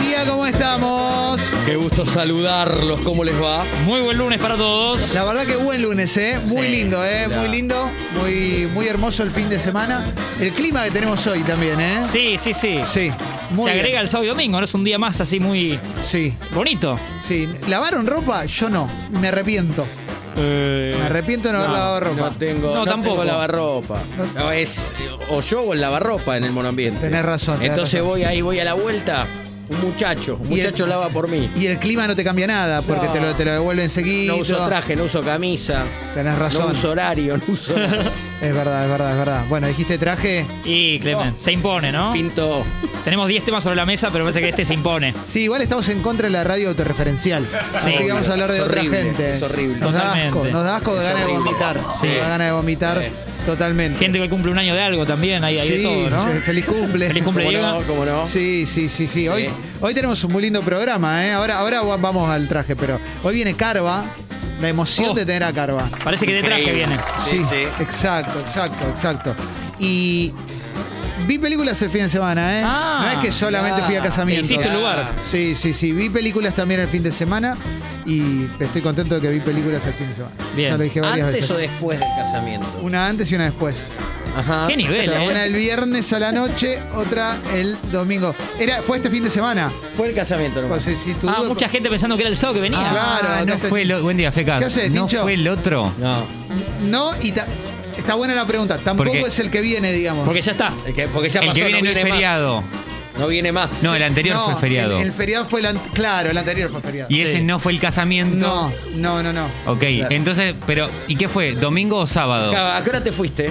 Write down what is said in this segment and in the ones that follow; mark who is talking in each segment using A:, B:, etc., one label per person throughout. A: día, ¿cómo estamos?
B: Qué gusto saludarlos, ¿cómo les va?
C: Muy buen lunes para todos.
A: La verdad que buen lunes, ¿eh? Muy
C: Sí,
A: lindo, ¿eh?
B: mirá.
A: Muy lindo, muy, muy hermoso el fin de semana. El clima que tenemos hoy también, ¿eh?
C: Sí, sí, sí.
A: Sí, muy
C: Se
A: bien.
C: agrega el sábado y domingo, no es un día más así muy
A: Sí,
C: bonito.
A: sí. ¿Lavaron ropa? Yo no, me arrepiento. Me arrepiento de no haber lavado ropa.
B: No tengo,
C: No,
B: no
C: tampoco.
B: tengo lavarropa. No, es eh, o yo o el lavarropa en el monoambiente.
A: Tenés razón, tenés
B: Entonces
A: razón.
B: voy ahí, voy a la vuelta. Un muchacho, un
A: Y el-
B: muchacho lava por mí.
A: Y el clima no te cambia nada, porque
B: No.
A: te, lo, te lo devuelven seguido.
B: No uso traje, no uso camisa.
A: Tenés
B: No
A: razón.
B: uso horario, no uso.
A: Es verdad, es verdad, es verdad. Bueno, dijiste traje.
C: Eh, Y Clemen, se impone, ¿no?
B: Pinto.
C: Tenemos 10 temas sobre la mesa, pero parece que este se impone.
A: Sí, igual estamos en contra de la radio autorreferencial. Así que vamos a hablar de
B: Es
A: otra
B: horrible,
A: gente.
B: es horrible.
A: Nos da
C: Totalmente.
A: asco, nos da asco de
B: Es
A: ganas de
B: horrible.
A: vomitar.
C: Sí.
A: Nos da ganas de vomitar
B: Sí.
A: totalmente.
C: Gente que cumple un año de algo también, hay, hay de
A: Sí,
C: todo, ¿no?
A: sí, Feliz cumple.
C: Feliz cumple,
B: ¿Cómo
C: Diego.
B: no? ¿Cómo no?
A: Sí, sí, sí, sí. Hoy,
B: Sí.
A: hoy tenemos un muy lindo programa, ¿eh? Ahora, ahora va- vamos al traje, pero hoy viene Carva, la emoción
C: Oh.
A: de tener a Carva.
C: Parece que detrás que
B: Increíble.
C: viene.
B: Sí,
A: Sí,
B: sí.
A: exacto, exacto, exacto. Y vi películas el fin de semana, ¿eh?
C: Ah,
A: no es que solamente
B: mirá.
A: fui a casamientos.
C: Te hiciste un lugar.
A: Sí, sí, sí. Vi películas también el fin de semana y estoy contento de que vi películas el fin de semana.
C: Bien.
A: Ya lo dije varias
B: ¿Antes o
A: veces.
B: después del casamiento?
A: Una antes y una después.
B: Ajá.
C: Qué
A: O
C: nivel,
A: sea, una
C: ¿eh?
A: el viernes a la noche, otra el domingo. Era, fue este fin de semana.
B: Fue el casamiento, nomás.
A: Pues, si- si tu
C: Ah,
A: duda-
C: mucha gente pensando que era el sábado que venía.
A: Ah, claro, no
D: no
A: está
D: fue
A: chi-
D: el o- Buen día, Feca.
A: ¿Qué haces,
D: no
A: Tincho?
D: fue el otro.
B: No.
A: No, y ta- está buena la pregunta. Tampoco
D: Porque-
A: es el que viene, digamos.
C: Porque ya está.
B: El que- porque ya
D: El
B: pasó,
D: que viene no, es
B: más.
D: feriado.
B: No viene más.
D: No, el anterior
A: No,
D: fue feriado.
A: El, el feriado fue el an- claro, el anterior fue feriado.
D: y ese
B: sí.
D: no fue el casamiento.
A: No, no, no, no.
D: Ok,
B: Claro.
D: entonces, pero, ¿y qué fue? ¿Domingo o sábado?
B: Acá, ¿A qué hora te fuiste?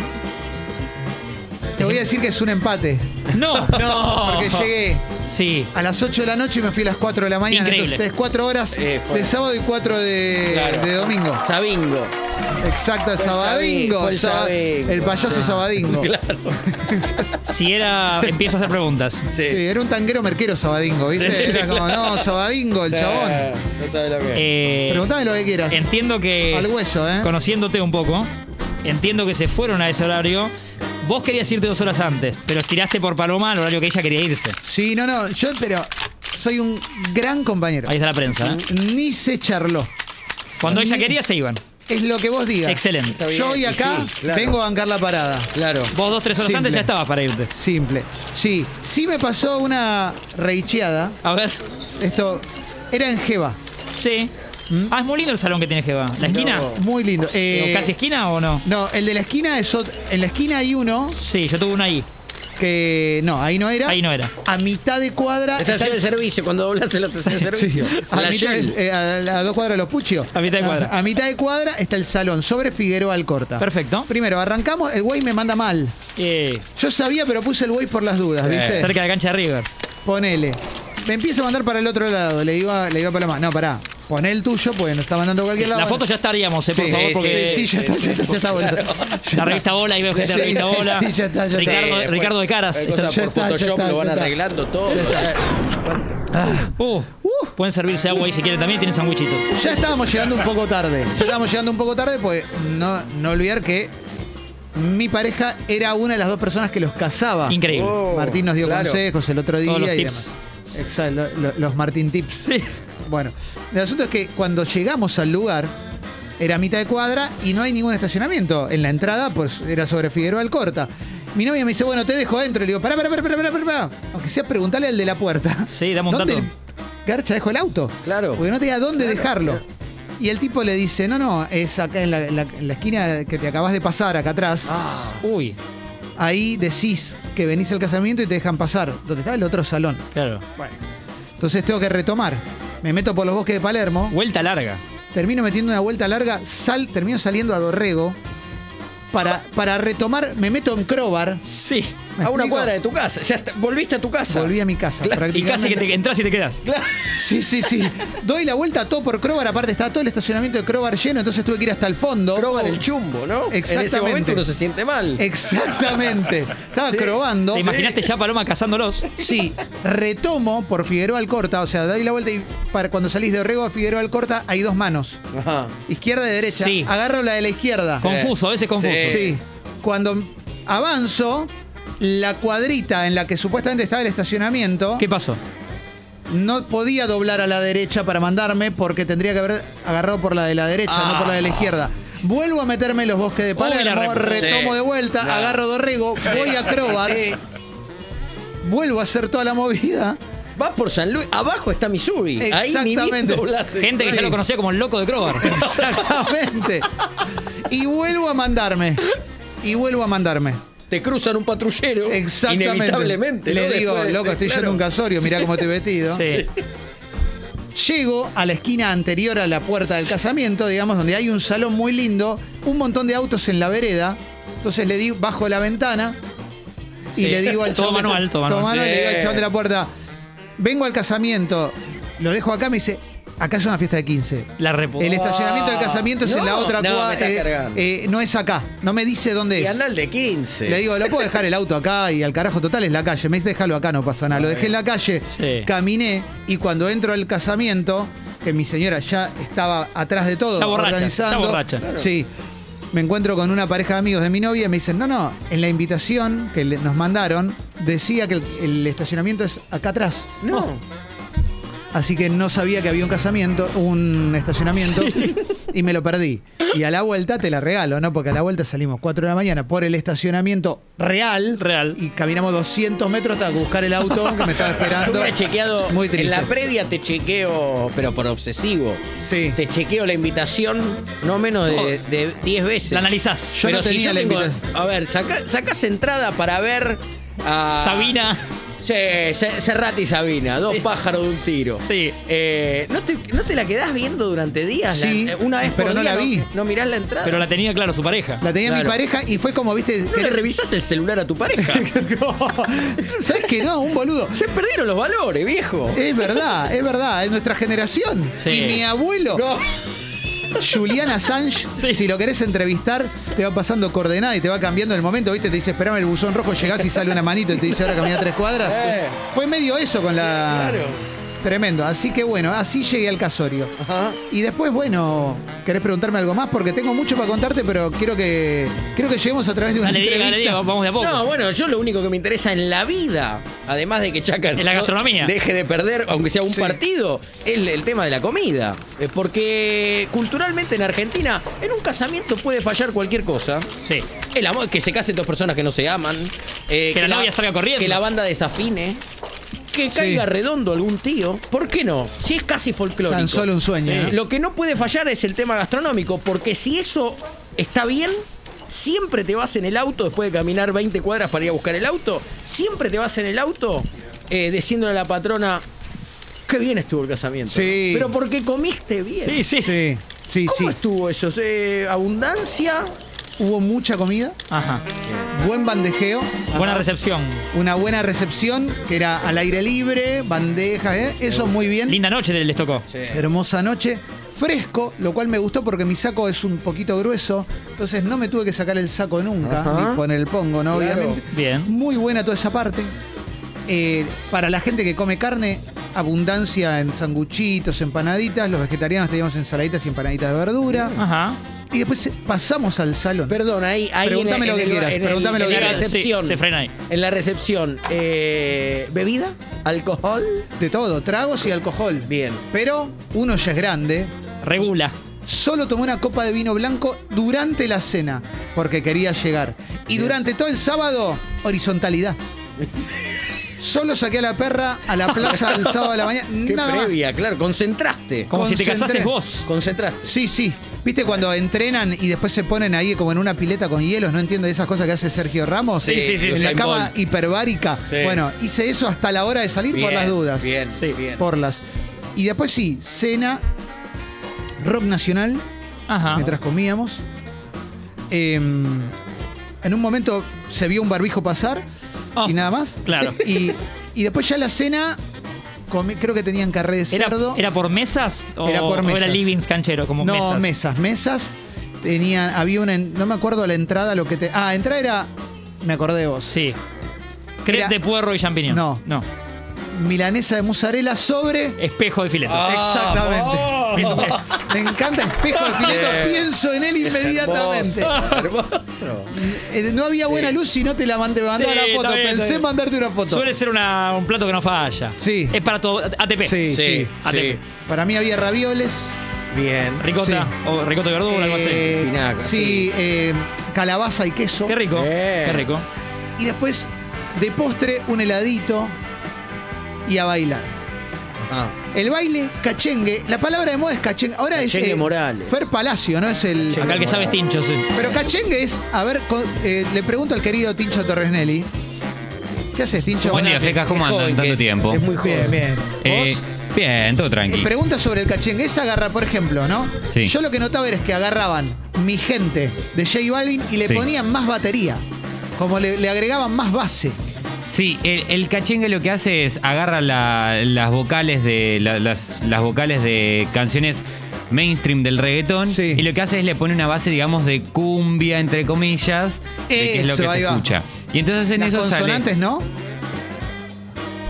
A: Te voy a decir que es un empate.
C: No. no.
A: Porque
B: Oh.
A: llegué
C: Sí.
A: a las 8 de la noche y me fui a las 4 de la mañana.
C: Increíble.
A: Entonces tenés 4 horas
B: Eh, fue-
A: de sábado y 4 de,
B: Claro.
A: de domingo.
B: Sabingo.
A: Exacto,
B: Fue el
A: sabadingo.
B: sabi- fue el Ah,
A: saba-
B: sabingo.
A: el payaso
B: Sí.
A: sabadingo.
C: Si era. Empiezo a hacer preguntas.
A: Sí, era un tanguero merquero sabadingo, ¿viste?
B: Sí.
A: Era como, no, sabadingo, el chabón.
B: No sabe lo que
C: Eh,
A: Preguntame lo que quieras.
C: Entiendo que.
A: Al hueso, ¿eh?
C: Conociéndote un poco, entiendo que se fueron a ese horario. Vos querías irte dos horas antes, pero estiraste por Paloma al horario que ella quería irse.
A: Sí, no, no, yo pero soy un gran compañero.
C: Ahí está la prensa. ¿eh?
A: Ni se charló.
C: Cuando ella
A: Ni-
C: quería, se iban.
A: Es lo que vos digas.
C: Excelente.
B: bien,
A: Yo hoy
B: y
A: acá
B: sí, claro.
A: vengo a bancar la parada.
B: Claro.
C: Vos dos, tres horas
A: Simple.
C: antes ya estabas para irte.
A: Simple. Sí, sí me pasó una reicheada.
C: A ver.
A: Esto era en Jeva.
C: Sí. Ah, es muy lindo el salón que tiene Jeva. ¿La esquina?
A: Muy lindo. Eh,
C: ¿O ¿Casi esquina o no?
A: No, el de la esquina es otro. En la esquina hay uno
C: Sí, yo tuve una ahí.
A: que. No, ahí no era.
C: Ahí no era.
A: A mitad de cuadra.
B: Estación de servicio, cuando doblas en la estación de servicio.
A: A,
B: La
A: mitad,
B: Shell.
A: eh, a la- a dos cuadras de los Puchios.
C: A mitad de cuadra.
A: A, a mitad de cuadra está el salón, sobre Figueroa Alcorta.
C: Perfecto.
A: Primero, arrancamos, el güey me manda mal.
C: Eh,
A: Yo sabía, pero puse el güey por las dudas, ¿viste?
C: cerca de la cancha de River.
A: Ponele. Me empiezo a mandar para el otro lado. Le digo a, le digo a Paloma, no, pará. Poné el tuyo, pues no está mandando a cualquier lado.
C: La foto ya estaríamos, eh, por
A: Sí,
C: favor,
B: sí,
C: porque.
A: Sí, sí, ya está, ya está, ya está, boludo.
C: La revista Bola, ahí veo gente de
A: Sí,
C: la revista
A: sí,
C: Bola.
A: sí, ya está, ya está.
C: Ricardo,
B: Eh,
C: Ricardo de Caras.
B: cualquier cosa
A: Ya
B: por
A: está, ya
B: Photoshop
A: está,
B: lo van
A: ya está.
B: arreglando todo. ¿eh?
C: Uh, pueden servirse agua ahí si quieren también, tienen sandwichitos.
A: Ya estábamos llegando un poco tarde. Ya estábamos llegando un poco tarde, pues no, no olvidar que mi pareja era una de las dos personas que los casaba.
C: Increíble.
B: Oh,
A: Martín nos dio
B: claro.
A: consejos el otro día.
C: Todos los
A: y
C: tips.
A: demás. Exacto, lo- lo- los Martín Tips.
C: Sí.
A: Bueno, el asunto es que cuando llegamos al lugar, era mitad de cuadra y no hay ningún estacionamiento. En la entrada, pues era sobre Figueroa Alcorta. Mi novia me dice, bueno, te dejo dentro. Le digo, pará, pará, pará, pará, pará, pará. Aunque sea preguntarle al de la puerta.
C: Sí, dame un
A: ¿Dónde
C: dato.
A: Garcha dejó el auto?
B: Claro.
A: Porque no tenía dónde dejarlo. Y el tipo le dice, no, no, es acá en la, en la- en la esquina que te acabas de pasar, acá atrás.
B: Ah.
C: Uy,
A: Ahí decís que venís al casamiento y te dejan pasar. Donde está el otro salón.
C: claro.
A: Entonces tengo que retomar. Me meto por los bosques de Palermo.
C: Vuelta larga.
A: Termino metiendo una vuelta larga, sal, termino saliendo a Dorrego. Para, para retomar, me meto en Crobar.
C: Sí.
A: ¿Me
B: A una
A: explico?
B: cuadra de tu casa. Ya está- volviste a tu casa.
A: Volví a mi casa.
C: Y casi que
A: prácticamente.
C: te entras y te quedas.
A: Sí, sí, sí. Doy la vuelta todo por Crobar. Aparte, está todo el estacionamiento de Crobar lleno, entonces tuve que ir hasta el fondo.
B: Proban el chumbo, ¿no? En ese
A: Exactamente.
B: momento uno se siente mal.
A: Exactamente. Estaba crobando.
C: ¿Te imaginaste ya a Paloma cazándolos?
A: Sí, retomo por Figueroa Alcorta. O sea, doy la vuelta y para cuando salís de Dorrego a Figueroa Alcorta hay dos manos.
B: Ajá.
A: Izquierda y derecha.
C: Sí.
A: Agarro la de la izquierda.
C: Confuso, a veces confuso.
B: Sí.
A: Sí. Cuando avanzo, la cuadrita en la que supuestamente estaba el estacionamiento
C: ¿Qué pasó?
A: no podía doblar a la derecha para mandarme porque tendría que haber agarrado por la de la derecha, no por la de la izquierda. Vuelvo a meterme en los bosques de Palermo,
E: Uy, la re-
A: retomo
B: sí.
A: de vuelta,
B: Claro.
A: agarro Dorrego, voy a Crobar,
B: Sí.
A: vuelvo a hacer toda la movida.
B: Va por San Luis. Abajo está Missouri. Ahí ni bien
A: Exactamente.
B: doblás.
E: Gente que
A: Sí.
E: ya lo conocía como el loco de Crobar.
A: Exactamente. Y vuelvo a mandarme. Y vuelvo a mandarme.
B: Te cruzan un patrullero.
A: Exactamente.
B: Inevitablemente.
A: Le
B: ¿no?
A: digo,
B: Después de-
A: loco, estoy
B: claro.
A: yendo a un casorio, mirá cómo estoy vestido.
E: Sí.
A: Llego a la esquina anterior a la puerta del casamiento, digamos, donde hay un salón muy lindo, un montón de autos en la vereda. Entonces le digo, bajo la ventana y
E: Sí.
A: le digo al
E: Todo
A: chabón-
E: manual, todo manual.
A: le digo al
B: Sí.
A: chabón de la puerta, vengo al casamiento, lo dejo acá, me dice, acá es una fiesta de 15.
E: La repu.
A: El estacionamiento del
B: Ah,
A: casamiento es en la
B: no,
A: otra
B: no,
A: cua-
B: me estás cargando.
A: eh, no es acá. No me dice dónde
B: Y
A: es.
B: anda al de 15.
A: Le digo, lo puedo dejar el auto acá y al carajo total es la calle. Me dice, déjalo acá, no pasa nada. Lo dejé en la calle,
E: Sí.
A: caminé y cuando entro al casamiento, que mi señora ya estaba atrás de todo,
E: Ya borracha,
A: organizando.
E: ya borracha.
A: Sí. Me encuentro con una pareja de amigos de mi novia y me dicen, no, no, en la invitación que le- nos mandaron decía que el, el estacionamiento es acá atrás.
B: No.
A: Así que no sabía que había un casamiento, un estacionamiento, y me lo perdí. Y a la vuelta te la regalo, ¿no? Porque a la vuelta salimos 4 de la mañana por el estacionamiento real.
E: Real.
A: Y caminamos 200 metros hasta buscar el auto que me estaba
B: Yo
A: esperando.
B: hubiera chequeado.
A: Muy triste.
B: En la previa te chequeo, pero por obsesivo.
A: Sí.
B: Te chequeo la invitación no menos de de 10 veces.
E: La analizás.
A: Yo
B: pero
A: no
B: si
A: tenía la
B: tengo-
A: invitación.
B: A ver, saca- sacás entrada para ver a.
E: Sabina.
B: Sí, Ce- Cerrati y Sabina, dos pájaros de un tiro.
E: Sí.
B: Eh, ¿no, te, ¿No te la quedás viendo durante días?
A: Sí,
B: La- una vez
A: pero
B: por
A: no
B: día
A: la vi.
B: No, mirás la entrada.
E: Pero la tenía, claro, su pareja.
A: La tenía mi
B: Claro.
A: pareja y fue como, viste,
B: ¿No le
A: querés-
B: revisás el celular a tu pareja?
A: ¿Sabes que no? Un boludo.
B: Se perdieron los valores, viejo.
A: Es verdad, es verdad, es nuestra generación.
E: Sí.
A: Y mi abuelo,
B: No.
A: Julián Assange,
E: Sí.
A: si lo querés entrevistar, te va pasando coordenada y te va cambiando el momento, ¿viste? Te dice, esperame el buzón rojo, llegás y sale una manito y te dice, ahora camina tres cuadras.
B: Eh.
A: Fue medio eso con la...
B: claro.
A: Tremendo. Así que bueno, así llegué al casorio.
B: Ajá.
A: Y después, bueno, ¿querés preguntarme algo más? Porque tengo mucho para contarte, pero quiero que quiero que lleguemos a través de una
E: Dale, Diego,
A: entrevista.
E: dale, Diego, vamos de a poco.
B: No, bueno, yo lo único que me interesa en la vida, además de que Chaca
E: En la
B: no
E: gastronomía.
B: deje de perder, aunque sea un
A: Sí.
B: partido, es el, el tema de la comida. Eh, Porque culturalmente en Argentina, en un casamiento puede fallar cualquier cosa.
E: Sí.
B: El amor, que se casen dos personas que no se aman. eh,
E: Que la novia salga corriendo.
B: Que la banda desafine. Que caiga redondo algún tío. ¿Por qué no? Si es casi folclórico.
A: Tan solo un sueño.
E: Sí.
A: ¿no?
B: Lo que no puede fallar es el tema gastronómico, porque si eso está bien, siempre te vas en el auto, después de caminar 20 cuadras para ir a buscar el auto, siempre te vas en el auto eh, diciéndole a la patrona, qué bien estuvo el casamiento.
A: Sí.
B: Pero porque comiste bien.
E: Sí, sí.
A: Sí, sí,
B: ¿Cómo
A: sí.
B: estuvo eso? Eh, ¿Abundancia?
A: Hubo mucha comida,
E: Ajá.
A: buen bandejeo.
E: Buena recepción.
A: una buena recepción, que era al aire libre, bandejas, ¿eh? eso muy bien.
E: Linda noche les tocó.
A: Hermosa noche, fresco, lo cual me gustó porque mi saco es un poquito grueso, entonces no me tuve que sacar el saco nunca,
B: Ajá.
A: ni poner el pongo, ¿no?
B: Claro.
A: Obviamente.
E: Bien.
A: Muy buena toda esa parte. Eh, para la gente que come carne, abundancia en sanguchitos, empanaditas, los vegetarianos teníamos ensaladitas y empanaditas de verdura.
E: Ajá.
A: Y después eh, pasamos al salón.
B: Perdón, ahí, ahí
A: Pregúntame lo que quieras, pregúntame lo
B: en
A: que
B: la
A: quieras.
B: recepción.
E: Sí, se frena ahí.
B: En la recepción, eh, ¿bebida? ¿Alcohol?
A: De todo, tragos y alcohol.
B: Bien.
A: Pero uno ya es grande,
E: Regula.
A: Solo tomé una copa de vino blanco durante la cena, porque quería llegar. Y durante todo el sábado, horizontalidad. Solo saqué a la perra a la plaza el sábado de la mañana.
B: Qué
A: nada más.
B: previa, claro, concentraste.
E: Como si te
A: Concentré.
E: casases vos.
B: Concentraste.
A: Sí, sí. ¿Viste cuando entrenan y después se ponen ahí como en una pileta con hielos? No entiendo de esas cosas que hace Sergio Ramos.
E: Sí, sí, sí,
A: En
E: sí.
A: la
B: Usain
A: cama
B: Bolt.
A: hiperbárica.
B: Sí.
A: Bueno, hice eso hasta la hora de salir por
B: Bien,
A: las dudas.
B: Bien,
E: Sí.
B: bien.
A: Por las. Y después sí, cena, rock nacional.
E: Ajá.
A: mientras comíamos. Eh, en un momento se vio un barbijo pasar
E: Oh,
A: y nada más.
E: claro.
A: Y, y después ya la cena, comí- creo que tenían carré de
E: ¿Era,
A: cerdo.
E: ¿Era por mesas? O
A: Era por
E: o
A: mesas.
E: era livings canchero? Como
A: no,
E: mesas.
A: mesas, mesas. Tenían, había una, en- no me acuerdo la entrada, lo que te. Ah, entrada era, me acordé de vos.
E: Sí. Crepe
A: Era-
E: de puerro y champiñón.
A: No. milanesa de mozzarella sobre.
E: Espejo de filete.
A: Exactamente.
E: Eso es.
A: Me encanta espejo de fileto, pienso en él inmediatamente.
B: Hermoso.
A: Eh, No había buena luz si no te la mandé, me mandaba
E: Sí,
A: la
E: está
A: foto.
E: bien, está
A: Pensé
E: bien.
A: mandarte una foto.
E: Suele ser una- un plato que no falla.
A: Sí.
E: Es para todo. ATP.
A: Sí, sí,
B: Sí, sí.
E: ATP.
A: Para mí había ravioles.
B: Bien.
E: Ricota.
A: Sí.
E: O ricota de verdura, algo así.
A: eh,
B: Espinaca,
A: sí, eh, calabaza y queso.
E: Qué rico.
A: eh,
B: Bien.
E: Qué rico.
A: Y después, de postre, un heladito y a bailar.
B: Ah.
A: El baile cachengue, la palabra de moda es cachengue. Ahora es eh,
B: Cachengue Morales.
A: Fer Palacio, ¿no? Es el.
E: Acá el que sabe es tincho, sí.
A: Pero cachengue es, a ver, con- eh, le pregunto al querido Tincho Torresnelli. ¿Qué haces, Tincho?
C: Buen día,
A: Buenas-
C: Flecas, ¿cómo
B: Es joven
C: andan?
B: que
C: Tanto
B: es-
C: tiempo.
B: Es muy
A: Bien,
B: joven.
A: bien.
C: Eh,
A: Vos,
C: bien, todo
A: eh,
C: tranqui.
A: pregunta sobre el cachengue. Esa agarra, por ejemplo, ¿no?
C: Sí.
A: Yo lo que notaba era que agarraban mi gente de J Balvin y le
C: Sí.
A: ponían más batería. Como le, le agregaban más base.
C: Sí, el, el cachengue lo que hace es agarra la- las vocales de la- las, las vocales de canciones mainstream del reggaetón
A: Sí.
C: y lo que hace es le pone una base, digamos, de cumbia entre comillas, de que es lo
A: Eso,
C: que se
A: ahí va.
C: escucha. Y entonces en
A: Las
C: eso
A: consonantes, ¿no?
C: sale.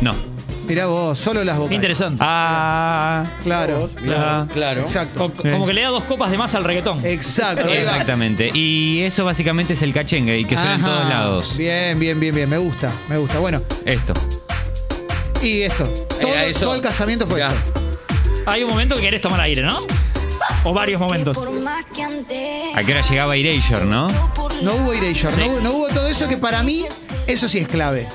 C: No.
A: Mirá vos, solo las vocales.
E: Interesante.
C: Ah,
A: Claro.
B: Mirá,
C: Ah.
B: Claro.
A: Exacto.
E: Co- como que le da dos copas de más al reggaetón.
A: Eh. Exacto. ahí va.
C: exactamente. Y eso básicamente es el cachengue y que suena en
A: Ajá.
C: todos lados.
A: Bien, bien, bien, bien. Me gusta, me gusta. Bueno,
C: Esto.
A: y esto. Todo,
B: Era eso.
A: todo el casamiento fue
B: Ya.
A: esto.
E: Hay un momento que querés tomar aire, ¿no? O varios momentos.
C: ¿A qué hora llegaba Erasure, no?
A: No hubo erasure,
E: Sí.
A: no, hubo- no hubo todo eso que para mí, eso sí es clave.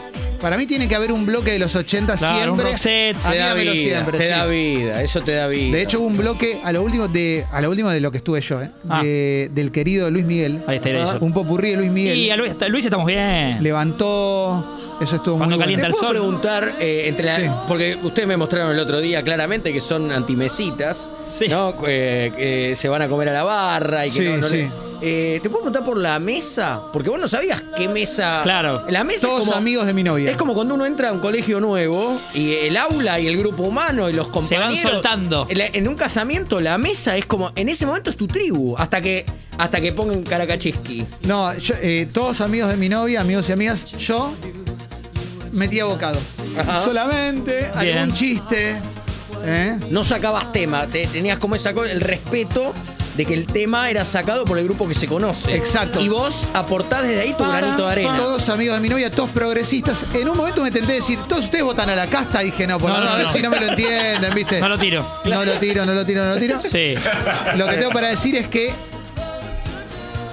A: Para mí tiene que haber un bloque de los 80
E: Claro,
A: siempre.
E: un rock set.
A: A
B: Te
A: mí
B: da
A: dámelo
B: vida,
A: siempre.
B: te
A: sí.
B: da vida, eso te da vida.
A: De hecho, hubo un bloque a lo último de, a lo último de lo que estuve yo, ¿eh?
E: Ah.
A: De- del querido Luis Miguel. Ah,
E: Ahí está Erasure.
A: Un popurrí de Luis Miguel.
E: Y a Luis, a Luis estamos bien.
A: Levantó. Eso estuvo
E: Cuando
A: muy bueno.
B: te
E: calienta el
B: puedo
E: sol.
B: preguntar, eh, entre la-
A: Sí.
B: porque ustedes me mostraron el otro día claramente que son antimesitas,
E: Sí.
B: ¿no? Eh, que se van a comer a la barra y que
A: Sí,
B: no, no le-
A: sí.
B: Eh, te puedo preguntar por la mesa, porque vos no sabías qué mesa.
E: Claro.
B: La mesa
A: Todos
B: es como,
A: amigos de mi novia.
B: Es como cuando uno entra a un colegio nuevo y el aula y el grupo humano y los compañeros
E: soltando.
B: En la- En un casamiento la mesa es como en ese momento es tu tribu hasta que hasta que pongan caracachisqui.
A: No, yo, eh, todos amigos de mi novia, amigos y amigas, yo metía bocados.
B: Ajá.
A: Solamente
E: Bien.
A: algún chiste. ¿eh?
B: no sacabas tema, te- tenías como esa cosa, el respeto de que el tema era sacado por el grupo que se conoce.
A: Exacto.
B: Y vos aportás desde ahí tu
E: Para,
B: granito de arena.
A: Todos amigos de mi novia, todos progresistas. En un momento me tenté a decir, todos ustedes votan a la casta. Dije, no, por
E: No,
A: favor,
E: no,
A: a ver
E: no.
A: si no me lo entienden, ¿viste?
E: No lo tiro.
A: No lo tiro, no lo tiro, no lo tiro.
E: Sí.
A: Lo que tengo para decir es que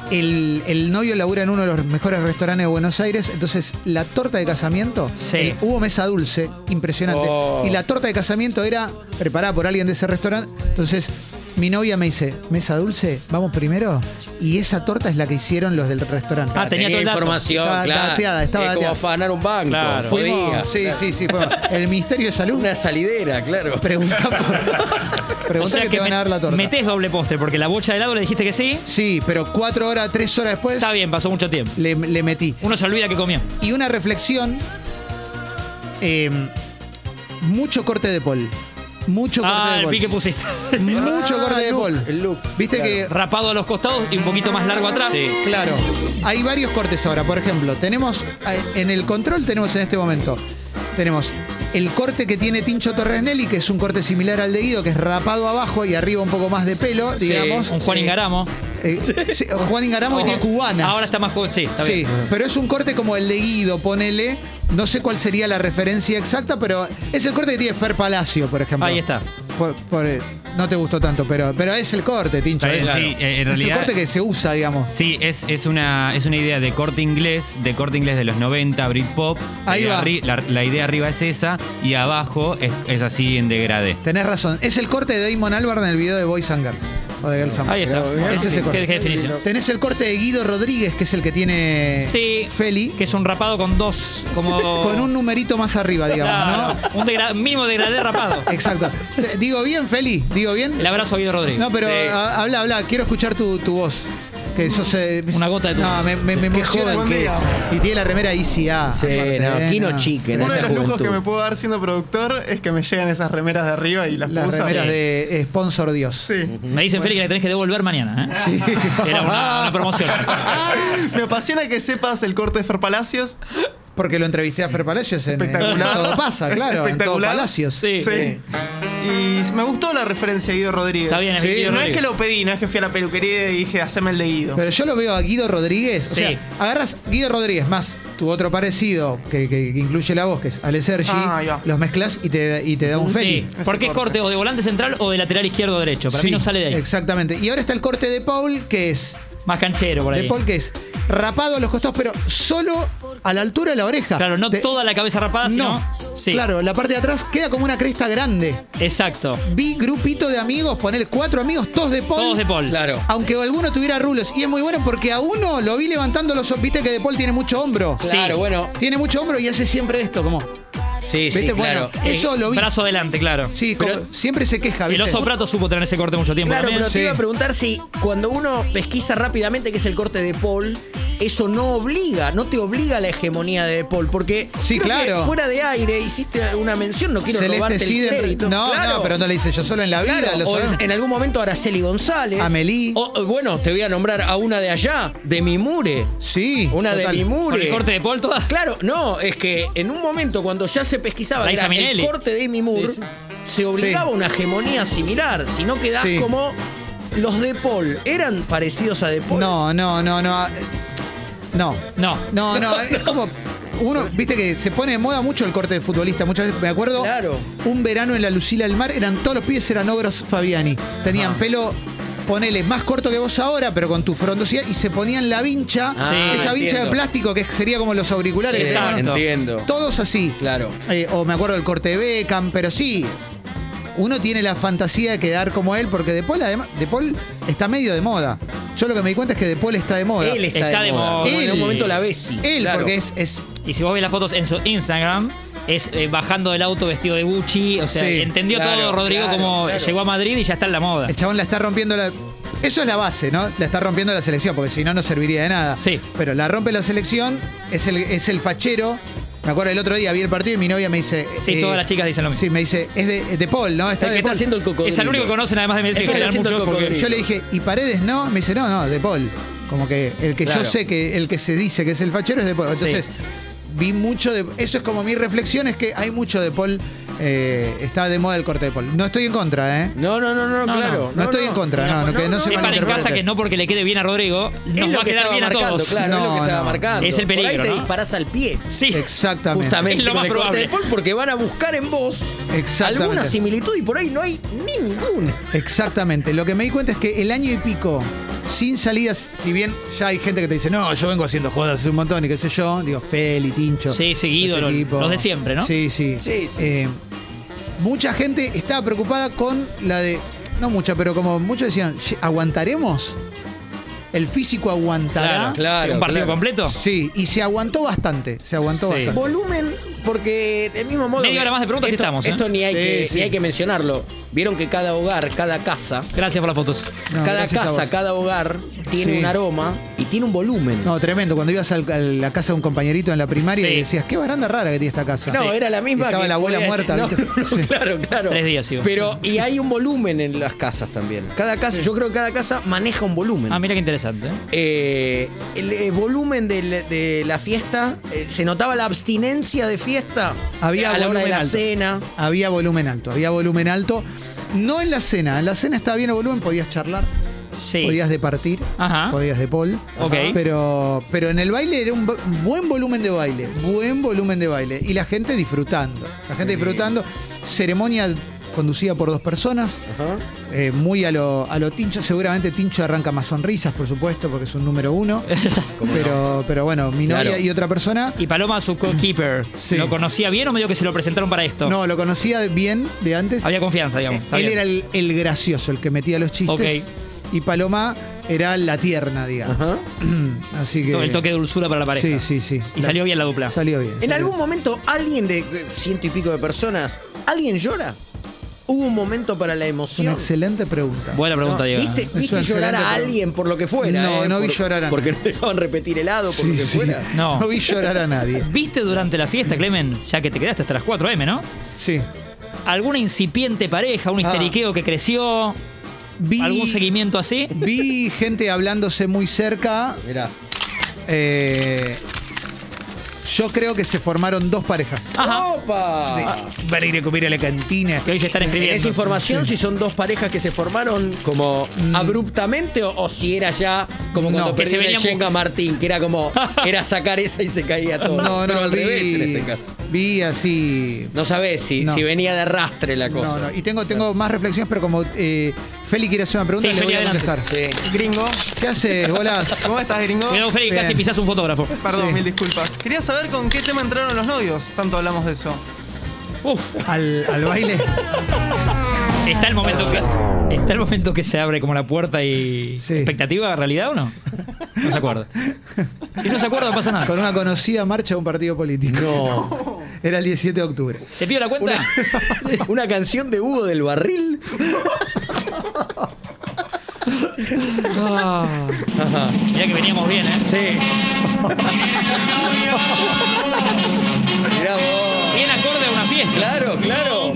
A: el, el novio labura en uno de los mejores restaurantes de Buenos Aires, entonces la torta de casamiento,
E: Sí.
A: eh, hubo mesa dulce, impresionante.
B: Oh.
A: Y la torta de casamiento era preparada por alguien de ese restaurante, entonces mi novia me dice, mesa dulce, vamos primero. Y esa torta es la que hicieron los del restaurante.
E: Ah, tenía todo el dato.
B: información,
A: Estaba
B: claro.
A: dateada, estaba
B: es como
A: dateada.
B: afanar un banco.
E: Claro.
A: Fuimos-
B: Podía.
A: sí, sí, sí, fuimos. El Ministerio de Salud
B: Una salidera, claro.
A: pregunta, por- pregunta que, te van a dar la torta.
E: metés doble postre, porque la bocha de helado le dijiste que sí.
A: Sí, pero cuatro horas, tres horas después
E: Está bien, pasó mucho tiempo.
A: Le, le metí.
E: Uno se olvida que comió.
A: Y una reflexión. eh, mucho corte de Paul. Mucho corte
E: Ah,
A: de
E: el
A: Paul.
E: pique Ah, pusiste.
A: Mucho corte de Paul.
B: el look,
A: Viste
B: claro.
A: que.
E: Rapado a los costados y un poquito más largo atrás.
A: Claro. Hay varios cortes ahora. Por ejemplo, tenemos. eh, En el control tenemos en este momento. Tenemos el corte que tiene Tincho Torresnelli, que es un corte similar al de Guido, que es rapado abajo y arriba un poco más de pelo, digamos.
E: Un Juan
A: Eh,
E: Ingaramo.
A: eh, sí, Juan Ingaramo y tiene cubanas.
E: Ahora está más joven. Sí, está
A: sí,
E: bien.
A: pero es un corte como el de Guido, ponele. No sé cuál sería la referencia exacta, pero es el corte que tiene Fer Palacio, por ejemplo.
E: Ahí está.
A: Por- por- eh, no te gustó tanto, pero, pero es el corte, Tincho.
C: Está bien,
A: es,
C: sí, eh, en
A: es el
C: realidad-
A: corte que se usa, digamos.
C: Sí, es, es, una, es una idea de corte inglés, de corte inglés de los 90, Britpop.
A: Ahí
C: Eh,
A: va.
C: arri- La, la idea arriba es esa y abajo es, es así en degradé.
A: Tenés razón. Es el corte de Damon Albarn en el video de Boys and Girls. O de Girls and
E: Ahí está.
A: Boys. Ese es el
E: ¿Qué,
A: corte.
E: qué definición?
A: Tenés el corte de Guido Rodríguez, que es el que tiene
E: Sí.
A: Feli,
E: Que es un rapado con dos. Como.
A: con un numerito más arriba, digamos,
E: Claro,
A: ¿no?
E: Un degra- mínimo degradé rapado.
A: Exacto. ¿Digo bien, Feli? ¿Digo bien?
E: El abrazo a Guido Rodríguez.
A: No, pero ah, a- habla, habla, quiero escuchar tu, tu voz. Que sos, eh,
E: Una gota de tu
A: No,
E: voz.
A: me, me, me emociona.
F: joven que
A: Y tiene la remera ICA.
B: Sí,
A: aparte,
B: no,
A: eh,
B: Kino
A: no.
B: Chicken,
F: Uno
B: esa
F: de los lujos
B: juventud.
F: que me puedo dar siendo productor es que me llegan esas remeras de arriba y las,
A: Las
F: puedo usar.
A: remeras de eh, Sponsor Dios.
F: Sí.
E: Me dicen, Félix, que la tenés que devolver mañana. ¿eh?
A: Sí.
E: Era una, una promoción.
F: Me apasiona que sepas el corte de Fer Palacios,
A: Porque lo entrevisté a Fer Palacios en, en
F: Espectacular.
A: Todo Pasa,
F: Es
A: claro, en Todo
F: espectacular.
A: Palacios.
E: Sí.
F: Sí. Y me gustó la referencia a Guido Rodríguez.
E: Está bien,
A: Sí,
E: es Guido
F: No es
E: Rodríguez.
F: que lo pedí, no es que fui a la peluquería y dije, haceme el de Guido.
A: Pero yo lo veo a Guido Rodríguez. O
E: Sí.
A: sea, agarras Guido Rodríguez más tu otro parecido que, que- que incluye la voz, que es Ale Sergi,
F: Ah, ahí va.
A: los mezclas y te, y te da un Feli.
E: Sí, porque es corte o de volante central o de lateral izquierdo o derecho. Para mí
A: Sí,
E: no sale de ahí.
A: Exactamente. Y ahora está el corte de Paul, que es.
E: Más canchero por ahí.
A: De Paul, que es rapado a los costados, pero solo a la altura de la oreja.
E: Claro, no
A: Te-
E: toda la cabeza rapada, sino.
A: No.
E: Sí.
A: Claro, la parte de atrás queda como una cresta grande.
E: Exacto.
A: Vi grupito de amigos, poner cuatro amigos, todos de Paul.
E: Todos de Paul.
B: Claro.
A: Aunque alguno tuviera rulos. Y es muy bueno porque a uno lo vi levantando los. Viste que De Paul tiene mucho hombro.
B: Claro, bueno.
A: Tiene mucho hombro y hace siempre esto, como.
B: Sí, sí,
A: ¿Viste?
B: claro.
A: Bueno, eso lo vi.
E: Brazo adelante, claro.
A: Sí,
B: Pero-
A: como- siempre se queja,
E: El
A: ¿viste?
E: oso Prato supo tener ese corte mucho tiempo
B: Claro,
E: también.
B: pero
A: Sí.
B: te iba a preguntar si cuando uno pesquisa rápidamente que es el corte de Paul, eso no obliga, no te obliga a la hegemonía de Paul, porque
A: Sí,
B: creo que
A: claro.
B: fuera de aire hiciste una mención, no quiero robarte
A: Celeste
B: el
A: Siden.
B: crédito.
A: No,
B: Claro.
A: no, pero no le dice yo solo en la vida,
B: Claro,
A: lo
B: o
A: sabemos.
B: en algún momento Araceli González.
A: Amelie.
B: O, o, bueno, te voy a nombrar a una de allá, de Mimure.
A: Sí.
B: Una
A: total.
B: de
E: Con
B: Mimure.
E: el corte de Paul toda.
B: Claro, no, es que en un momento cuando ya se pesquisaba que
E: Raisa
B: era el
E: Minelli.
B: corte de Amy Moore,
E: Sí, sí.
B: se obligaba
A: Sí.
B: a una hegemonía similar, si no quedás
A: Sí.
B: como los de Paul. ¿Eran parecidos a de Paul?
A: No, no, no, no. No.
E: No.
A: No, no, es como. Uno, viste que se pone de moda mucho el corte de futbolista. Muchas veces, me acuerdo,
B: Claro.
A: un verano en la Lucila del Mar, eran todos los pibes, eran ogros Fabiani.
B: Ah.
A: Tenían pelo, ponele, más corto que vos ahora, pero con tu frondosidad, y se ponían la vincha,
B: Ah,
A: esa vincha de
B: entiendo.
A: plástico que sería como los auriculares. que
B: Exacto.
A: tenían.
B: Entiendo.
A: Todos así.
B: Claro.
A: Eh, o me acuerdo del corte de Beckham, pero sí. Uno tiene la fantasía de quedar como él, porque De Paul, además, De Paul está medio de moda. Yo lo que me di cuenta es que De Paul está de moda.
B: Él está, de, moda. Como en
A: Él.
B: un momento la Bessi.
A: Él,
B: claro.
A: porque es, es-
E: Y si vos ves las fotos en su Instagram, es eh, bajando del auto vestido de Gucci. O sea,
A: Sí.
E: entendió
B: Claro,
E: todo Rodrigo
B: claro,
E: como
B: claro.
E: llegó a Madrid y ya está en la moda.
A: el chabón la está rompiendo la. Eso es la base, ¿no? La está rompiendo la selección, porque si no, no serviría de nada.
E: Sí.
A: Pero la rompe la selección, es el, es el fachero. Me acuerdo el otro día vi el partido y mi novia me dice.
E: Sí,
A: eh,
E: todas las chicas dicen lo mismo.
A: Sí, me dice, es de, es de Paul, ¿no? Está
B: El
A: de
B: que está
A: Paul.
B: haciendo el cocodrilo.
E: Es el único que conocen, además de me
B: Estoy
E: decir que
B: haciendo
E: mucho
B: el
E: porque.
B: cocodrilo.
A: Yo le dije, ¿y Paredes no? Me dice, no, no, de Paul. Como que el que
B: Claro.
A: yo sé que el que se dice que es el fachero es de Paul. Entonces,
B: Sí.
A: vi mucho de. Eso es como mi reflexión: es que hay mucho de Paul. eh, está de moda el corte de Paul. No estoy en contra, ¿eh?
B: No, no, no, no,
E: No,
B: claro.
E: no.
A: No estoy en contra, no, no, que no se
B: es
A: Yo-
E: Sepan en
A: malinterprete.
E: casa que no porque le quede bien a Rodrigo, nos
B: lo
E: va a
B: que
E: quedar
B: estaba
E: bien a
B: marcando,
E: todos.
B: Claro, es lo que
A: No,
B: estaba
A: no.
B: marcando.
E: Es el
B: Por
E: peligro,
B: ahí te
E: ¿no?
B: disparás al pie.
E: Sí.
A: Exactamente.
B: Justamente
E: Es lo
B: con
E: más
B: el corte
E: probable.
B: de Paul porque van a buscar en vos
A: Exactamente.
B: alguna similitud y por ahí no hay ninguna.
A: Exactamente. Lo que me di cuenta es que el año y pico, sin salidas, si bien ya hay gente que te dice, no, yo vengo haciendo jodas hace un montón y qué sé yo, digo, Feli, Tincho.
E: Sí, sí, Guido,
A: este
E: lo-
A: tipo.
E: los de siempre, ¿no?
A: Sí, sí.
B: Sí, sí.
A: Eh, mucha gente estaba preocupada con la de. No mucha, pero como muchos decían, "Che, ¿aguantaremos? ¿El físico aguantará?
E: Ah, Claro, Sí, un partido
B: claro.
E: completo.
A: Sí, y se aguantó bastante. Se aguantó
E: Sí.
A: bastante.
B: Volumen, porque del mismo modo.
E: Media
B: que-
E: hora más de preguntas y
B: esto,
E: estamos, ¿eh?
B: Esto ni hay,
A: Sí,
B: que,
A: sí.
B: ni hay que mencionarlo. Vieron que cada hogar, cada casa,
E: Gracias por las fotos.
A: No,
B: cada
A: gracias a
B: casa,
A: vos.
B: cada hogar tiene
A: Sí.
B: un aroma y tiene un volumen.
A: No, tremendo. Cuando ibas al- a la casa de un compañerito en la primaria
E: Sí.
A: y decías, qué baranda rara que tiene esta casa.
B: No,
A: Sí.
B: era la misma.
A: Estaba
B: que
A: la abuela
B: podía
A: muerta.
B: decir-
A: ¿viste?
B: no, no,
A: Sí.
B: Claro, claro.
E: Tres días iba.
B: Pero, y hay un volumen en las casas también. Cada casa, yo creo que cada casa maneja un volumen.
E: Ah, mira qué interesante. ¿eh?
B: Eh, el, eh, volumen del- de la fiesta, eh, se notaba la abstinencia de fiesta
A: Había
B: a la hora de
A: volumen
B: la
A: alto.
B: cena.
A: Había volumen alto, había volumen alto. No en la cena, en la cena estaba bien el volumen, podías charlar,
E: Sí.
A: podías departir,
E: Ajá.
A: podías de Paul.
E: Ok.
A: Pero, pero en el baile era un bu- buen volumen de baile, buen volumen de baile. Y la gente disfrutando, la gente disfrutando. Ceremonia conducida por dos personas, eh, muy a lo, a lo Tincho. Seguramente Tincho arranca más sonrisas, por supuesto, porque es un número uno. pero, pero bueno, mi novia
B: Claro.
A: y otra persona
E: Y Paloma, su co-keeper,
A: Sí.
E: ¿lo conocía bien o medio que se lo presentaron para esto?
A: No, lo conocía de- bien de antes.
E: Había confianza, digamos. Está
A: Él
E: bien.
A: era el, el gracioso, el que metía los chistes.
E: Ok.
A: Y Paloma era la tierna, digamos. Así que.
E: el toque de dulzura para la pareja.
A: Sí, sí, sí.
E: Y
A: La-
E: salió bien la dupla.
A: Salió bien.
B: En
A: salió
B: algún
A: bien.
B: momento, alguien de eh, ciento y pico de personas, ¿alguien llora? ¿Hubo un momento para la
A: Es una
B: emoción?
A: excelente pregunta.
E: Buena pregunta,
B: No,
E: Diego.
B: ¿Viste,
A: una
B: viste llorar
A: excelente
B: a
A: pregunta.
B: alguien por lo que fuera?
A: No,
B: eh?
A: no vi
B: Por-
A: llorar a
B: Porque no
A: nadie.
B: dejaban repetir helado, por
A: Sí,
B: lo que
A: sí.
B: fuera.
E: No.
A: vi llorar a nadie.
E: ¿Viste durante la fiesta, Clemen, ya que te quedaste hasta las 4M, ¿no?
A: Sí.
E: ¿Alguna incipiente pareja, un
A: Ah.
E: histeriqueo que creció,
A: Vi,
E: algún seguimiento así?
A: vi gente hablándose muy cerca.
B: Mirá.
A: eh, Yo creo que se formaron dos parejas.
E: Ajá.
B: ¡Opa!
A: Para ir a comer a la cantina.
E: Que hoy se están escribiendo.
B: ¿Tenés información si son dos parejas que se formaron como abruptamente o, o si era ya como cuando
A: Mm. No,
E: que se
B: perdieron el
E: venían
B: Jenga Martín, que era como, era sacar esa y se caía todo?
A: No,
B: Pero
A: no,
B: al
A: vi.
B: revés en este caso.
A: Vi así.
B: No sabés si,
A: No.
B: si venía de arrastre la cosa.
A: No, no. Y tengo, tengo más reflexiones, pero como eh, Feli quiere hacer una pregunta,
E: Sí,
A: le voy
E: Feli,
A: a
E: adelante.
A: contestar.
B: Sí.
F: Gringo,
A: ¿Qué haces, bolas?
F: ¿cómo estás, gringo?
E: Mirá vos, Feli, que casi
A: Bien.
E: pisás un fotógrafo.
F: Perdón,
A: Sí.
F: mil disculpas. Quería saber con qué tema entraron los novios. Tanto hablamos de eso.
E: Uf,
A: ¿Al, al baile?
E: está el momento que. Está el momento que se abre como la puerta y.
A: Sí.
E: ¿Expectativa, realidad o no? No se acuerda. Si no se acuerda, no pasa nada.
A: Con una conocida marcha de un partido político. No. Era el 17 de octubre.
E: ¿Te pido la cuenta?
B: Una canción de Hugo del Barril.
E: Ah. Mirá que veníamos bien, ¿eh?
B: Sí. Mirá vos.
E: Bien acorde a una fiesta.
B: Claro, claro.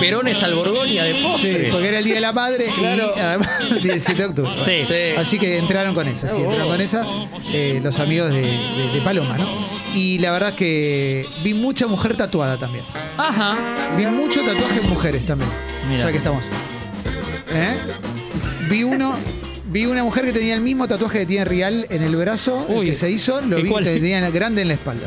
B: Perones al Borgoña de
A: Sí,
B: postre.
A: porque era el Día de la Madre
B: Claro.
A: y además el 17 de octubre.
E: Sí.
B: Sí.
A: Así que entraron con esa, sí, entraron con esa eh, los amigos de, de- de Paloma, ¿no? Y la verdad que vi mucha mujer tatuada también.
E: Ajá.
A: Vi mucho tatuaje en mujeres también.
E: Mira.
A: Ya que estamos. ¿Eh? Vi uno. Vi una mujer que tenía el mismo tatuaje que tiene Rial en el brazo, el
E: Uy.
A: que se hizo, lo
E: ¿Y
A: vi que
E: cuál?
A: tenía grande en la espalda.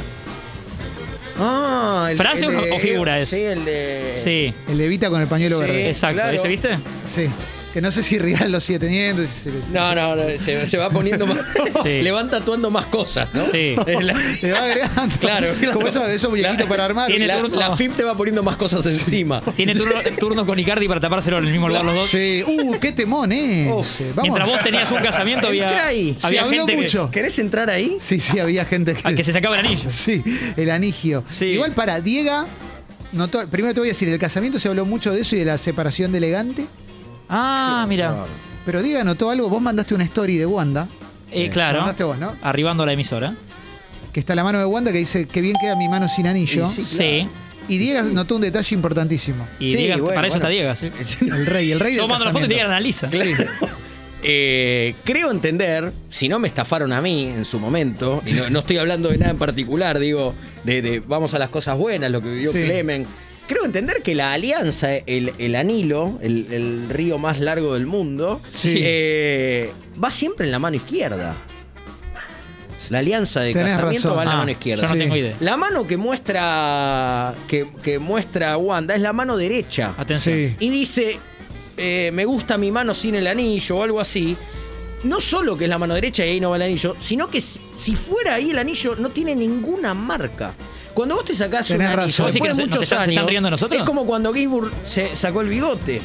B: Ah,
E: ¿Frase o-
B: de-
E: o figura es?
B: Sí, el de.
E: Sí.
A: El de Vita con el pañuelo
B: Sí.
A: verde.
E: Exacto.
B: claro.
E: ¿Ese viste?
A: Sí. Que no sé si Rial lo sigue teniendo. si se lo-
B: No, no, no, se, se va poniendo más.
E: Sí.
B: Le van tatuando más cosas, ¿no?
E: Sí.
B: Es la-
A: Le va agregando.
B: Claro, claro.
A: Como esos, esos muñequitos
B: Claro.
A: para armar.
E: Tiene
B: la,
E: turno.
B: la FIP te va poniendo más cosas encima.
E: Tiene turno, turno con Icardi para tapárselo en el mismo lugar los dos.
A: Sí. Uh, qué temón eh. Vamos.
E: Mientras vos tenías un casamiento había,
B: Entra ahí.
A: Se
E: había
A: habló
E: gente que-
A: mucho.
B: ¿Querés entrar ahí?
A: Sí, sí, había gente que.
E: a que se sacaba el anillo.
A: Sí, el anillo.
E: Sí.
A: Igual para Diega. notó- primero te voy a decir, el casamiento se habló mucho de eso y de la separación de elegante.
E: Ah, mira.
A: Pero Diega notó algo. Vos mandaste una story de Wanda,
E: Eh, claro.
A: Mandaste vos, ¿no?
E: Arribando a la emisora.
A: que está la mano de Wanda, que dice que bien queda mi mano sin anillo.
E: Sí.
A: Y Diega notó un detalle importantísimo.
E: Y
B: Sí,
E: Diego-
B: bueno,
E: para eso
B: bueno.
E: está Diego. Sí.
A: El rey, el rey del
E: Tomando la foto y
A: casamiento.
E: Diego la analiza.
B: Eh, creo entender, si no me estafaron a mí en su momento, y no, no estoy hablando de nada en particular, digo, de, de vamos a las cosas buenas, lo que vivió
A: Sí.
B: Clemen. Creo entender que la alianza, el, el anilo, el, el río más largo del mundo,
A: Sí.
B: eh, va siempre en la mano izquierda. La alianza de
A: Tenés
B: casamiento
A: razón.
B: va en la
E: Ah,
B: mano izquierda.
E: Yo no
A: Sí.
E: tengo idea.
B: La mano que muestra que, que muestra Wanda es la mano derecha.
E: Atención.
A: Sí.
B: Y dice, eh, me gusta mi mano sin el anillo o algo así. No solo que es la mano derecha y ahí no va el anillo, sino que si, si fuera ahí el anillo no tiene ninguna marca. Cuando vos te sacás un
A: Tenés
B: anillo,
A: razón.
B: después
E: Así que
B: de
E: nos- nos
B: muchos
E: están- se están
B: años,
E: riendo de nosotros.
B: es como cuando Ginsburg se sacó el bigote.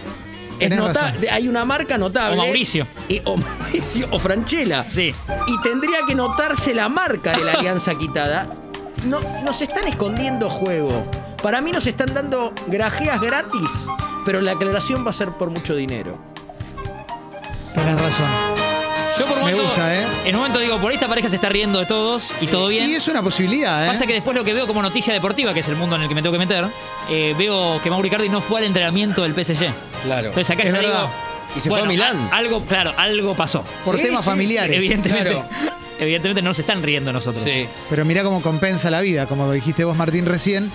B: Es
A: Tenés
B: nota-
A: razón.
B: Hay una marca notable.
E: O Mauricio.
B: Y- Eh, o Mauricio o Franchella.
E: Sí.
B: Y tendría que notarse la marca de la alianza quitada. No, nos están escondiendo juego. Para mí nos están dando grajeas gratis, pero la aclaración va a ser por mucho dinero.
A: Tenés razón.
E: Yo por un
A: Me
E: momento.
A: gusta, ¿eh?
E: En un momento digo, por ahí esta pareja se está riendo de todos y todo bien.
A: Y es una posibilidad, ¿eh?
E: Pasa que después lo que veo como noticia deportiva, que es el mundo en el que me tengo que meter, eh, veo que Mauri Cardi no fue al entrenamiento del PSG.
B: Claro.
E: Entonces acá
A: Es
E: yo
A: verdad.
E: digo.
B: Y se fue a Milán.
E: a- Algo, claro, algo pasó.
A: Por
B: Sí,
A: temas
B: sí,
A: familiares.
E: Evidentemente.
B: claro.
E: Evidentemente no se están riendo de nosotros.
A: Pero mirá cómo compensa la vida. Como dijiste vos, Martín, recién.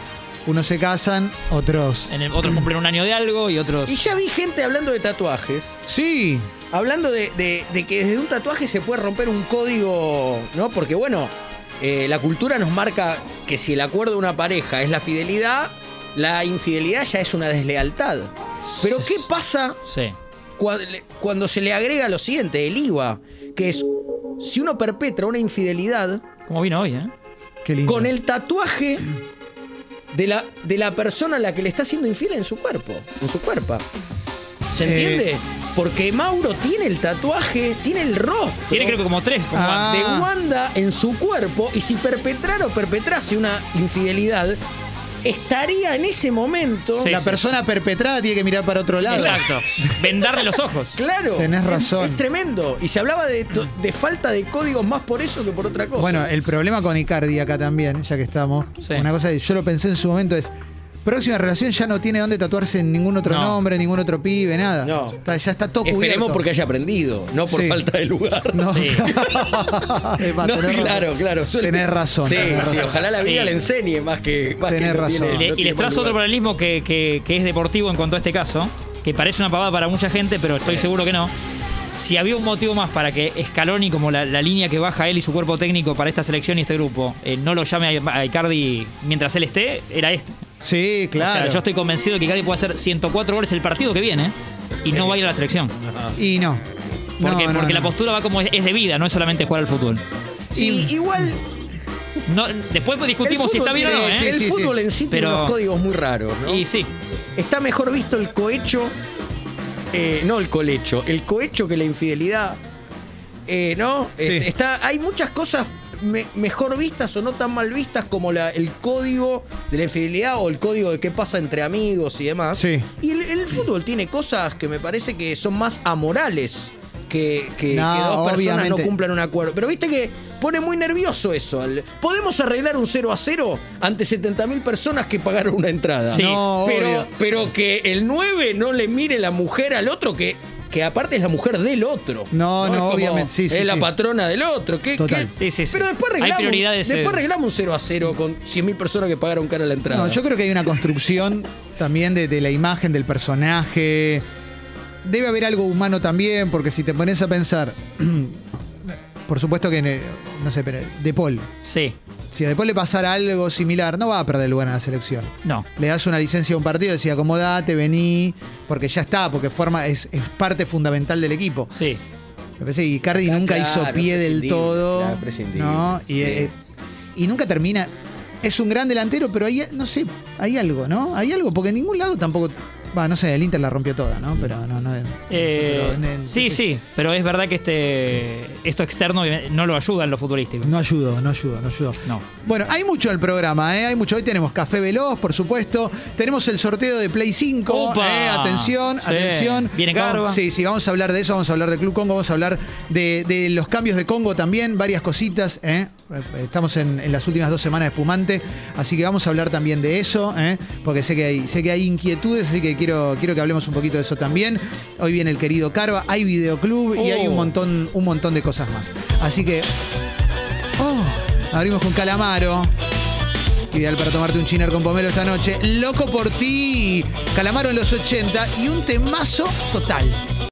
A: Unos se casan, otros.
E: En el- otros cumplen un año de algo y otros.
B: Y ya vi gente hablando de tatuajes.
A: Sí.
B: Hablando de, de- de que desde un tatuaje se puede romper un código, ¿no? Porque bueno, eh, la cultura nos marca que si el acuerdo de una pareja es la fidelidad, la infidelidad ya es una deslealtad. Pero ¿qué pasa
E: Sí.
B: cua- le- cuando se le agrega lo siguiente, el IVA? Que es, si uno perpetra una infidelidad,
E: Como vino hoy, ¿eh?
A: Qué lindo.
B: con el tatuaje de la, de la persona a la que le está siendo infiel en su cuerpo, en su cuerpo. ¿Se
A: Eh.
B: entiende? Porque Mauro tiene el tatuaje, tiene el rostro
E: Tiene creo que como tres. Como
A: Ah.
B: de Wanda en su cuerpo y si perpetrara o perpetrase una infidelidad, estaría en ese momento...
E: Sí,
A: la
E: sí.
A: persona perpetrada tiene que mirar para otro lado.
E: Exacto. Vendarle los ojos.
B: Claro.
A: Tenés
B: es-
A: razón.
B: Es, tremendo. Y se hablaba de, de falta de códigos más por eso que por otra cosa.
A: Bueno, el problema con Icardi acá también, ya que estamos.
E: Sí.
A: Una cosa que yo lo pensé en su momento es. próxima relación ya no tiene dónde tatuarse ningún otro
E: No.
A: nombre, ningún otro pibe, nada.
B: No.
A: Está- ya está todo
B: Esperemos
A: cubierto.
B: porque haya aprendido, no por
A: Sí.
B: falta de lugar.
A: No,
E: Sí.
A: Eh, va,
B: No,
A: tenés razón.
B: claro, claro. suele-
A: Tenés razón,
B: Sí,
A: tenés
B: sí,
A: razón.
B: ojalá la vida
E: Sí.
B: le enseñe más que. Más que
A: Tenés
B: no
A: razón.
B: tiene-
A: Y
E: Le-
B: no
E: y
B: tiene
E: les
B: mal
E: trazo otro
B: lugar.
E: paralelismo que, que- que es deportivo en cuanto a este caso, que parece una pavada para mucha gente, pero estoy seguro que no. Si había un motivo más para que Scaloni, como la, la línea que baja él y su cuerpo técnico para esta selección y este grupo, eh, no lo llame a, a Icardi mientras él esté, era este.
A: Sí,
E: O sea,
A: claro.
E: yo estoy convencido de que Icardi puede hacer 104 goles el partido que viene y no va a ir a la selección.
A: Y Eh, no.
E: Porque,
A: No, no,
E: porque
A: no.
E: la postura va como es, es de vida, no es solamente jugar al fútbol.
B: Y, igual.
E: No, después pues, discutimos
B: el
E: si
B: fútbol
E: está bien o no,
B: tiene-
E: ¿eh?
B: El
A: Sí, sí,
B: fútbol
A: sí.
B: en sí tiene
E: Pero-
B: unos códigos muy raros, ¿no?
E: Y sí,
B: Está mejor visto el cohecho. eh, no el colecho, el cohecho que la infidelidad. eh, ¿No?
A: Sí.
B: Este, Está, hay muchas cosas me- mejor vistas o no tan mal vistas como la- el código de la infidelidad o el código de qué pasa entre amigos y demás.
A: Sí.
B: Y el, el fútbol tiene cosas que me parece que son más amorales que, que-
A: No,
B: que dos personas no
A: obviamente.
B: cumplan un acuerdo. Pero viste que pone muy nervioso eso. al- Podemos arreglar un 0 a 0 ante 70.000 personas que pagaron una entrada.
E: Sí.
A: No,
B: pero,
A: obvio.
B: pero que el 9 no le mire la mujer al otro que. Que aparte es la mujer del otro.
A: No, no,
B: Es como,
A: obviamente, sí, sí,
B: Es la
A: sí.
B: patrona del otro. ¿Qué,
A: Total.
B: qué-
E: Sí, sí, sí.
B: Pero después
E: Hay
B: arreglamos,
E: prioridades,
B: después
E: eh.
B: arreglamos un 0 a 0 con 100.000 personas que pagaron cara la entrada.
A: No, yo creo que hay una construcción también de, de la imagen del personaje. Debe haber algo humano también, porque si te pones a pensar, por supuesto que, ne- no sé, pero De Paul,
E: sí,
A: si a De Paul le pasara algo similar, no va a perder lugar en la selección.
E: no.
A: Le das una licencia a un partido, decís acomodate, vení, porque ya está, porque forma es, es parte fundamental del equipo.
E: Sí.
A: Me parece que Icardi
B: Claro,
A: nunca hizo pie del
B: prescindible,
A: todo.
B: claro, prescindible,
A: ¿no? Y,
B: sí.
A: eh, y nunca termina. Es un gran delantero, pero hay, no sé, hay algo, ¿no? Hay algo, porque en ningún lado tampoco. Va, no sé, el Inter la rompió toda, ¿no? Pero no, no. no sé,
E: Eh,
A: pero en- en-
E: sí, sí, pero es verdad que este esto externo obviamente, no lo ayuda en lo futbolístico.
A: No ayudó, no ayudó, no ayudó.
E: No.
A: Bueno, hay mucho el programa, ¿eh? Hay mucho. Hoy tenemos Café Veloz, por supuesto. Tenemos el sorteo de Play 5.
E: ¡Opa!
A: ¿eh? Atención,
E: Sí.
A: atención.
E: Viene
A: Vamos-
E: Carva.
A: Sí, sí, vamos a hablar de eso, vamos a hablar de Club Congo, vamos a hablar de, de los cambios de Congo también, varias cositas. ¿eh? Estamos en, en las últimas dos semanas de Espumante, así que vamos a hablar también de eso, ¿eh? porque sé que hay, sé que hay inquietudes, así que quiero, quiero que hablemos un poquito de eso también. Hoy viene el querido Carva, hay videoclub y hay un
B: Oh.
A: montón, un montón de cosas más. Así que Oh, abrimos con calamaro. Ideal para tomarte un chiner con pomelo esta noche. Loco por ti. Calamaro en los 80 y un temazo total.